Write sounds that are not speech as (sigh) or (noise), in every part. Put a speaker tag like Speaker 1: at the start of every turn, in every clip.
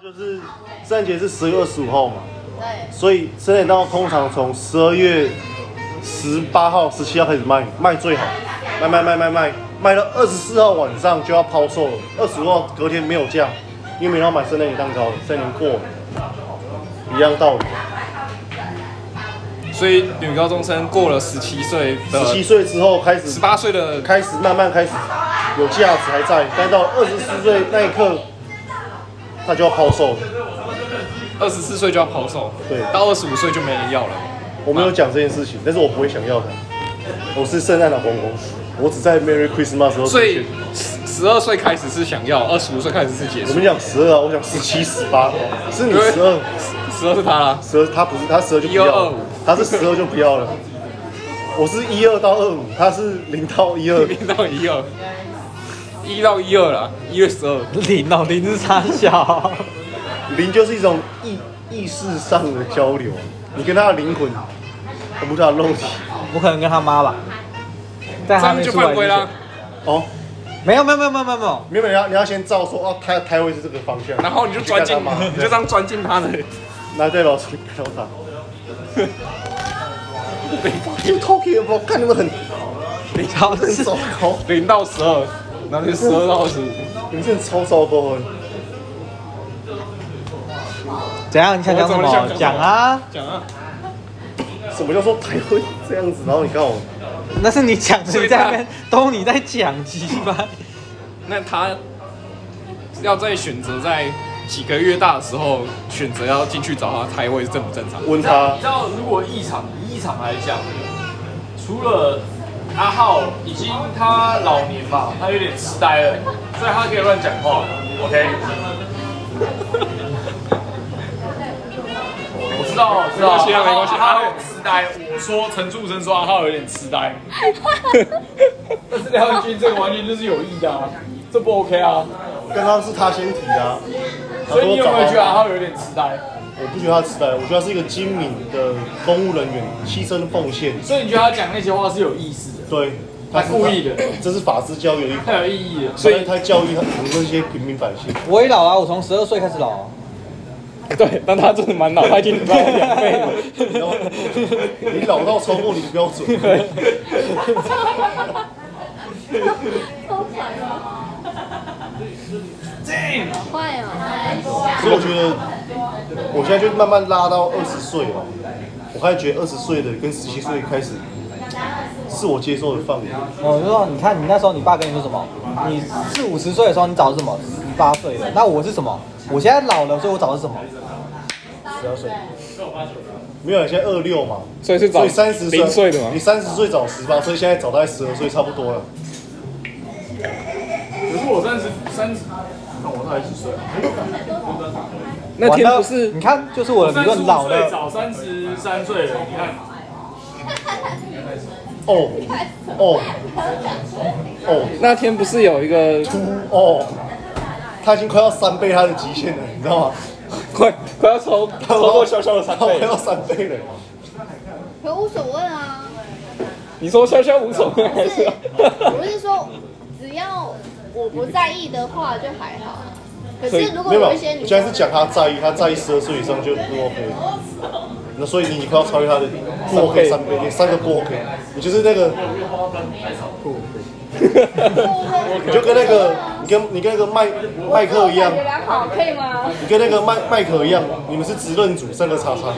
Speaker 1: 就是圣诞节是十月二十五号嘛，
Speaker 2: 对，
Speaker 1: 所以圣诞蛋糕通常从十二月十八号、十七号开始卖，卖最好，卖卖卖卖卖，卖到二十四号晚上就要抛售了，二十五号隔天没有价，因为没人要买圣诞节蛋糕了，圣诞节过了，一样道理。
Speaker 3: 所以女高中生过了十七岁
Speaker 1: 十
Speaker 3: 的、
Speaker 1: 七岁之后开始
Speaker 3: 十八岁的，
Speaker 1: 开始慢慢开始有价值还在，但到二十四岁那一刻，他就要抛售了。
Speaker 3: 二十四岁就要抛售，
Speaker 1: 对
Speaker 3: 到二十五岁就没人要了。
Speaker 1: 我没有讲这件事情，但是我不会想要它。我是圣诞老公公，我只在 Merry Christmas 的时候出
Speaker 3: 所
Speaker 1: 现
Speaker 3: 以。十十二岁开始是想要，二十五岁开始是结
Speaker 1: 我
Speaker 3: 束。
Speaker 1: 们讲十二啊，我讲十七、十八，是你
Speaker 3: 因为
Speaker 1: 十二，
Speaker 3: 十二是他啦，
Speaker 1: 十二他不是他十二就不要了
Speaker 3: 1225，
Speaker 1: 他是十二就不要了。我是一二到二五，他是零到一
Speaker 3: (laughs)
Speaker 1: 二，
Speaker 3: 零到一二，一到一二啦，一月十二。
Speaker 4: 零哦，零是差小，
Speaker 1: 零就是一种意意识上的交流，你跟他的灵魂，而不是他的肉体。
Speaker 4: 我可能跟他妈吧，但他
Speaker 3: 这样
Speaker 4: 没
Speaker 3: 就
Speaker 4: 出来
Speaker 3: 犯规
Speaker 4: 之前
Speaker 3: 啦。，
Speaker 1: 哦，
Speaker 4: 没有没有没有没有没有没有，
Speaker 1: 没有，你要你要先照说哦，开开会是这个方向，
Speaker 3: 然后你就钻进，
Speaker 1: 去干他妈
Speaker 3: (laughs) 你就这样钻进他的，
Speaker 1: 那对老师
Speaker 5: (laughs)
Speaker 1: 看到他。You talking about？看你们很
Speaker 4: 你超
Speaker 1: 很糟糕，
Speaker 3: 零到十二，然后就十二到二十五。
Speaker 1: 你们真的超糟糕的。
Speaker 4: 怎样？你想讲什
Speaker 3: 我怎么
Speaker 4: 么
Speaker 3: 想讲什？么
Speaker 4: 讲啊！
Speaker 3: 讲啊，
Speaker 1: 什么叫做开会这样子？然后你看我，
Speaker 4: 那是你讲的，
Speaker 3: 所以
Speaker 4: 你在那
Speaker 3: 他
Speaker 4: 边都你在讲鸡巴。
Speaker 3: 那他要在选择在几个月大的时候选择要进去找他胎位，正不正常？
Speaker 1: 问
Speaker 5: 你知道
Speaker 1: 他
Speaker 5: 你知道，如果异常以异常来讲，除了阿浩已经他老年吧，他有点痴呆了，所以他可以乱讲话。OK。我知道，我知道，
Speaker 3: 没关系啊没关系啊
Speaker 5: 阿浩有痴呆，我说陈柱生说阿浩有点痴呆，但是廖俊这个完全就是有意的、啊，这不 OK 啊？
Speaker 1: 刚刚是他先提的、啊，他
Speaker 5: 所以
Speaker 1: 说
Speaker 5: 你有
Speaker 1: 找
Speaker 5: 没有觉得阿啊
Speaker 1: 他，
Speaker 5: 浩有点痴呆？
Speaker 1: 我不觉得他痴呆，我觉得他是一个精明的公务人员，牺牲奉献。
Speaker 5: 所以你觉得他讲那些话是有意思的，
Speaker 1: 对，
Speaker 5: 他
Speaker 1: 是
Speaker 5: 故意的，
Speaker 1: 这是法治教育的一
Speaker 5: 太
Speaker 1: 环，
Speaker 5: 有意义了。
Speaker 1: 所以他教育他我们这些平民百
Speaker 5: (laughs)
Speaker 1: 姓。
Speaker 4: 我也老啊，我从十二岁开始老啊、
Speaker 3: 对，但他真的蛮老，他已经老两倍
Speaker 5: (laughs)
Speaker 3: 了。
Speaker 1: 你知道吗你老到超过你的标准，
Speaker 2: 超惨了。好坏哦！
Speaker 1: 所以我觉得我现在就慢慢拉到二十岁了。我开始觉得二十岁的跟十七岁开始是我接受的范围。
Speaker 4: 我就说，你看你那时候你爸跟你说什么？你四五十岁的时候你找的是什么？十八岁的，那我是什么？我现在老了，所以我找的是什么？
Speaker 1: 十二岁，没有，现在二六嘛，
Speaker 3: 所以是找
Speaker 1: 所以三十
Speaker 3: 零岁的嘛
Speaker 1: 你？三十岁找十八岁，现在找大概十二岁差不多了。
Speaker 5: 可是我三十三十，那我到底几岁啊？
Speaker 3: 那天
Speaker 4: 完了
Speaker 3: 不是
Speaker 4: 你看，就是我的
Speaker 5: 三
Speaker 4: 理
Speaker 5: 十五
Speaker 4: 论老
Speaker 5: 岁
Speaker 4: 了，
Speaker 5: 早三十三岁了，你看，
Speaker 1: 哦哦哦
Speaker 3: 那天不是有一个
Speaker 1: 突哦，他已经快要三倍他的极限了，你知道吗？
Speaker 3: (laughs) 快快要超超过潇潇的三
Speaker 1: 他快
Speaker 3: 倍
Speaker 1: 要？三倍了。
Speaker 2: 可无所谓啊，
Speaker 3: 你说潇潇无所谓还是？
Speaker 2: 我是说，只要我不在意的话就还好。可是如果
Speaker 1: 没有，
Speaker 2: 有
Speaker 1: 我
Speaker 2: 一些女
Speaker 1: 现在是讲他在意，他在意十二岁以上就不 OK 了。那所以你你快要超越他的不 OK 三倍，你三个不 OK，你就是那个，你就跟那个，你跟你跟那个麦麦克一样，
Speaker 2: 良好，可以吗？
Speaker 1: 你跟那个麦麦克一样，你们是直认组三个叉叉，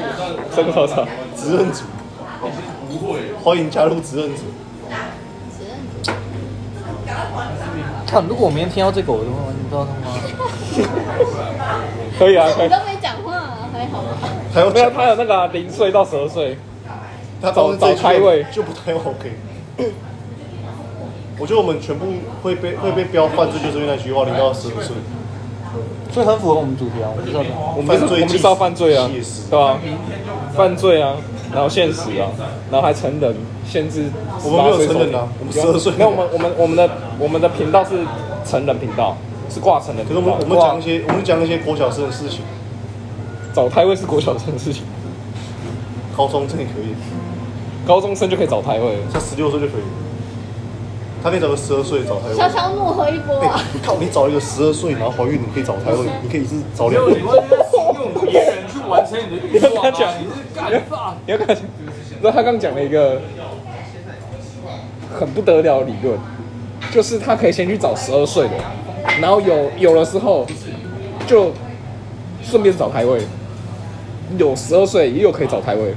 Speaker 3: 真的超长。
Speaker 1: 直认组，欢迎加入直认组。
Speaker 4: 看如果我明天听到这个，我就会你知道他妈。
Speaker 3: 可以啊，可
Speaker 2: 你
Speaker 3: 以。
Speaker 2: 都没讲话、还好吗？
Speaker 1: 还有
Speaker 3: 没有，
Speaker 1: 讲
Speaker 3: 他有那个啊零岁到十二岁，
Speaker 1: 他当时这一
Speaker 3: 找开位
Speaker 1: 句就不太 OK。我觉得我们全部会被会被标犯罪，就是因为那句话零到十五岁，
Speaker 4: 所以很符合我们主题啊，我不知道怎么。
Speaker 3: 我们就是
Speaker 1: 犯罪
Speaker 3: 我们就是要犯罪啊
Speaker 1: 纪实，
Speaker 3: 对吧、犯罪啊，然后现实啊，然后还成人限制18
Speaker 1: 我们没有
Speaker 3: 岁
Speaker 1: 成
Speaker 3: 收
Speaker 1: 人
Speaker 3: 听
Speaker 1: 啊我们12岁
Speaker 3: 没有我们我们我们的我们的频道是成人频道，是挂成人
Speaker 1: 可是我
Speaker 3: 频
Speaker 1: 们我们
Speaker 3: 道。
Speaker 1: 讲一些我们讲一些国小生的事情，
Speaker 3: 找胎位是国小生的事情，
Speaker 1: 高中生也可以， (laughs)
Speaker 3: 高中生就可以找胎位了。
Speaker 1: 他十六岁就可以。他可以找个十二岁的找台
Speaker 2: 消
Speaker 1: 位。
Speaker 2: 消怒喝一波啊！
Speaker 1: 你看，你找一个十二岁然后怀孕，你可以找台位，你可以是找
Speaker 5: 没
Speaker 1: 两
Speaker 5: 有，
Speaker 1: 个
Speaker 5: 你。会用别人去完成你的欲望
Speaker 3: 他
Speaker 5: 啊！
Speaker 3: 讲
Speaker 5: 你是干吧？
Speaker 3: 你要跟他讲，你知道他刚讲了一个很不得了的理论，就是他可以先去找十二岁的，然后有有了之后，就顺便找台位，有十二岁也有可以找台位。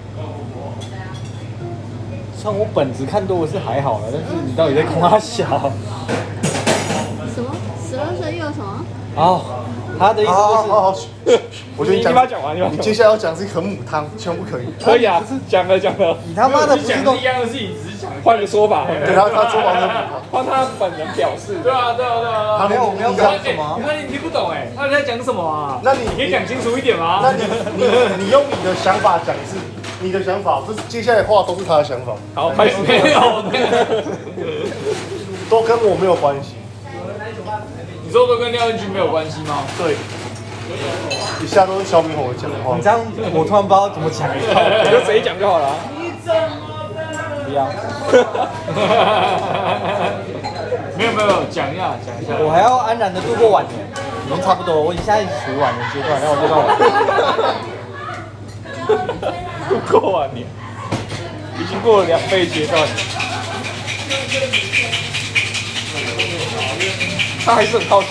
Speaker 4: 虽然我本子看多的是还好了，但是你到底在空他小？
Speaker 2: 什么？十二岁又有什么？
Speaker 4: 哦，他的意思
Speaker 1: 好好好
Speaker 4: 就
Speaker 1: 好，嘘嘘我觉得你讲，
Speaker 3: 你把它讲完你把它
Speaker 1: 你
Speaker 3: 讲完
Speaker 1: 接下来要讲是一个很母汤，千万不可以。
Speaker 3: 可以啊，讲了讲了，
Speaker 4: 是你他妈的
Speaker 5: 你
Speaker 4: 不是
Speaker 5: 讲
Speaker 4: 都
Speaker 5: 的一样的事情，只是讲
Speaker 3: 换个说法，
Speaker 1: 对他，他说完了母汤。
Speaker 3: 换他本人表示。
Speaker 5: 对啊，对啊，对啊。
Speaker 1: 他
Speaker 4: 没有没有
Speaker 5: 你
Speaker 4: 讲
Speaker 5: 看
Speaker 4: 什么
Speaker 5: 你？看你听不懂哎，他在讲什么
Speaker 3: (laughs)
Speaker 5: 啊？
Speaker 1: 那你
Speaker 5: 你可以讲清楚一点吗？
Speaker 1: 那你你你用你的想法讲是你的想法，这是接下来的话都是他的想法，
Speaker 3: 好，开始
Speaker 5: 没有没有，
Speaker 1: 都跟我没有关系。
Speaker 5: 你说都跟廖恩君没有关系吗？ (laughs)
Speaker 1: 对，以下都是小米红讲的话
Speaker 4: 你。这样我突然不知道怎么讲，
Speaker 3: (laughs) 你就直接讲就好了啊。
Speaker 4: 不要，
Speaker 5: 没有没有，讲一下讲一下。
Speaker 4: 我还要安然的度过晚年，已经差不多，我已经现在已经属于晚年阶段，让我度过晚年。
Speaker 3: 度过完年，已经过了两倍阶段。他还是很好奇，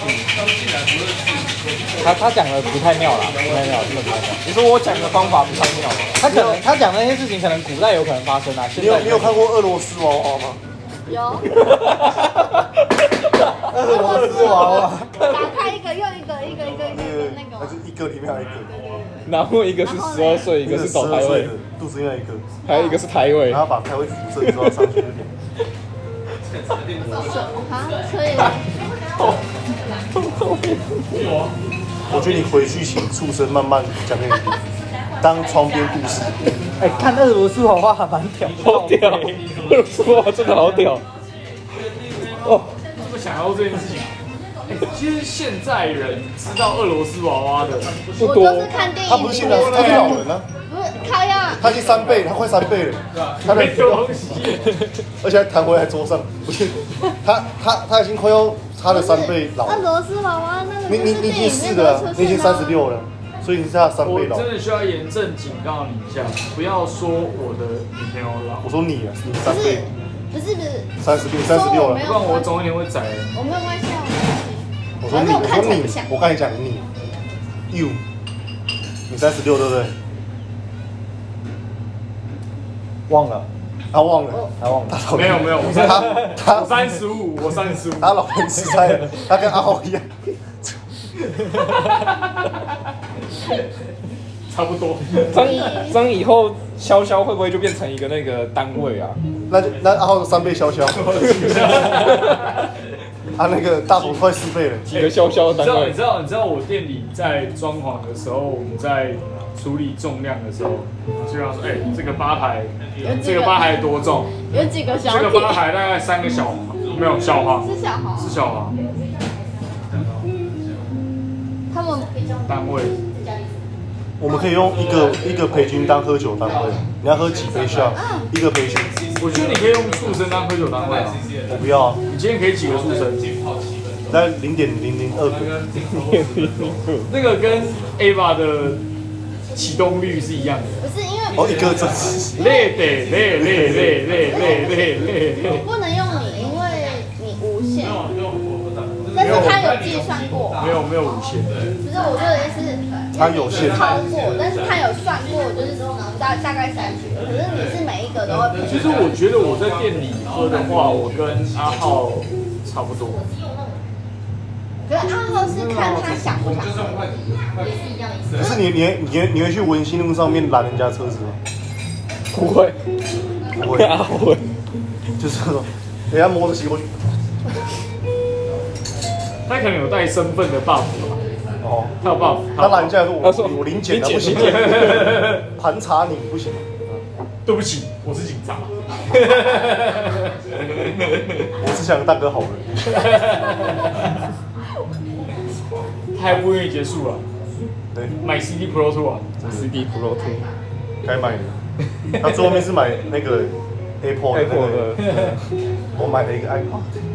Speaker 4: 他他讲的不太妙啦，不太妙，真的不太妙。
Speaker 3: 你说我讲的方法不太妙吗？
Speaker 4: 他可能他讲那些事情，可能古代有可能发生啊，现
Speaker 1: 你有
Speaker 4: 在
Speaker 1: 你有看过俄罗斯娃娃吗？
Speaker 2: 有，
Speaker 4: (laughs) 那是我是娃娃，
Speaker 2: 打开一个又一个，一个一个一个一个那
Speaker 1: 还
Speaker 2: 个
Speaker 1: 是。一个里面还有一个，
Speaker 3: (laughs) 然后一个是十二岁，一个是
Speaker 1: 十
Speaker 3: 走
Speaker 1: 二
Speaker 3: 台
Speaker 1: 岁
Speaker 3: 位
Speaker 1: 的，肚子里面有一个，
Speaker 3: 还有一个是台位
Speaker 1: 然。后把开会辐射之后上去就点。
Speaker 2: 啊，所以
Speaker 1: 我觉得你回去请畜生慢慢讲给你听，当窗边故事。
Speaker 4: 哎，看俄罗斯娃娃还蛮屌，
Speaker 3: 好屌！我说哇，真的好屌！ (laughs)
Speaker 5: 这么想要这件事情。哎其实现在人知道俄罗斯娃娃的，
Speaker 3: 不
Speaker 2: 我
Speaker 3: 多
Speaker 2: 都是看电影，
Speaker 1: 他不是现在，他是老人啊，
Speaker 2: 不是靠要
Speaker 1: 他已经三倍了，他快三倍
Speaker 2: 啊
Speaker 1: 了，他
Speaker 5: 没
Speaker 1: 的
Speaker 5: 丢东西，
Speaker 1: 而且还弹回来桌上，不是，他他他已经快要他的三倍老
Speaker 2: 俄
Speaker 1: 了。
Speaker 2: 罗斯娃娃那个
Speaker 1: 你你你
Speaker 2: 就是
Speaker 1: 已
Speaker 2: 电
Speaker 1: 经
Speaker 2: 影
Speaker 1: 四
Speaker 2: 院
Speaker 1: 了
Speaker 2: 都
Speaker 1: 啊，
Speaker 2: 会出现
Speaker 1: 你已经
Speaker 2: 啊
Speaker 1: 三十。六了，所以你是他的三
Speaker 5: 我
Speaker 1: 倍老。
Speaker 5: 真的需要严正警告你一下，不要说我的女朋友老
Speaker 1: 我，说你啊，你
Speaker 2: 不
Speaker 1: 三
Speaker 2: 是
Speaker 1: 倍，
Speaker 2: 不是不是，
Speaker 1: 三十六三十六
Speaker 2: 我
Speaker 1: 了
Speaker 2: 没。有
Speaker 5: 不然我总有一天会宰人。
Speaker 2: 我没有关系啊，我没有关系。
Speaker 1: 我说你，我说你，我刚才讲你，you，你三十六对不对？
Speaker 4: 忘了，
Speaker 1: 他忘了，
Speaker 4: 他忘了
Speaker 1: 他。老
Speaker 5: 没有没有，我
Speaker 1: (laughs)
Speaker 5: 三
Speaker 1: 他
Speaker 5: 我
Speaker 1: 他
Speaker 5: 三十五，我三十五。
Speaker 1: 他老人痴呆了，他跟阿豪一样。
Speaker 5: 差不多。
Speaker 3: 张张以后潇潇会不会就变成一个那个单位啊？
Speaker 1: 那就那阿豪的三倍潇潇，他那个大头快四倍了。
Speaker 3: 几个潇潇
Speaker 5: 你
Speaker 3: 的
Speaker 5: 知
Speaker 3: 单
Speaker 5: 道，你
Speaker 3: 位
Speaker 5: 知？道，你知道我店里在装潢的时候，我们在处理重量的时候，就要说，哎、这个吧台，这个吧台多重？
Speaker 2: 有几个小
Speaker 5: 这个
Speaker 2: 弟
Speaker 5: 吧台大概三个小，没有小黄，
Speaker 2: 是小豪
Speaker 5: 是，小黄
Speaker 2: 他们
Speaker 5: 单位。
Speaker 1: 我们可以用一个一个陪军当喝酒单位，你要喝几杯下，一个陪军，
Speaker 5: 我觉得你可以用畜生当喝酒单位啊。
Speaker 1: 我不要啊，
Speaker 5: 你今天可以几个畜生？
Speaker 1: 那零点零零二个，
Speaker 5: 那个跟 Ava 的启动率是一样的。
Speaker 2: 不是因为
Speaker 1: 哦，一个真是
Speaker 5: 累得累累累累累累累累。
Speaker 2: 不能用你，因为你无限，但是他有计算过，
Speaker 5: 没有没有无限。
Speaker 2: 不是我说的是
Speaker 1: 他有限
Speaker 2: 超过，但是他有算过，就是大大概三十个，可是你是每一个都会
Speaker 5: 其实我觉得我在店里喝的话，我跟阿浩差不多。
Speaker 2: 可是阿浩是看他想不想喝，
Speaker 1: 可是你你你你会去文心路上面拦人家车子吗？
Speaker 3: 不会，
Speaker 1: 不会，
Speaker 3: 阿会。
Speaker 1: 就是那种人家摩托车骑过去，
Speaker 5: 他可能有带身份的 buff，吧
Speaker 1: 哦，
Speaker 5: 他有 buff，
Speaker 1: 他拦下来说
Speaker 3: 他说
Speaker 1: 我我临检了，啊
Speaker 3: 临
Speaker 1: 不行
Speaker 3: 检，
Speaker 1: 盘查你不行， (laughs)
Speaker 5: 对不起，我是警啊察。
Speaker 1: 我只想当个好人。
Speaker 5: 他还不愿意结束了，
Speaker 1: 对，
Speaker 5: 买 CD Pro Two 啊，
Speaker 3: CD Pro Two
Speaker 1: 该买的，他最后面是买那个 Apple 的那 (laughs)
Speaker 3: Apple
Speaker 1: 个
Speaker 3: 的
Speaker 1: 我买了一个 iPod。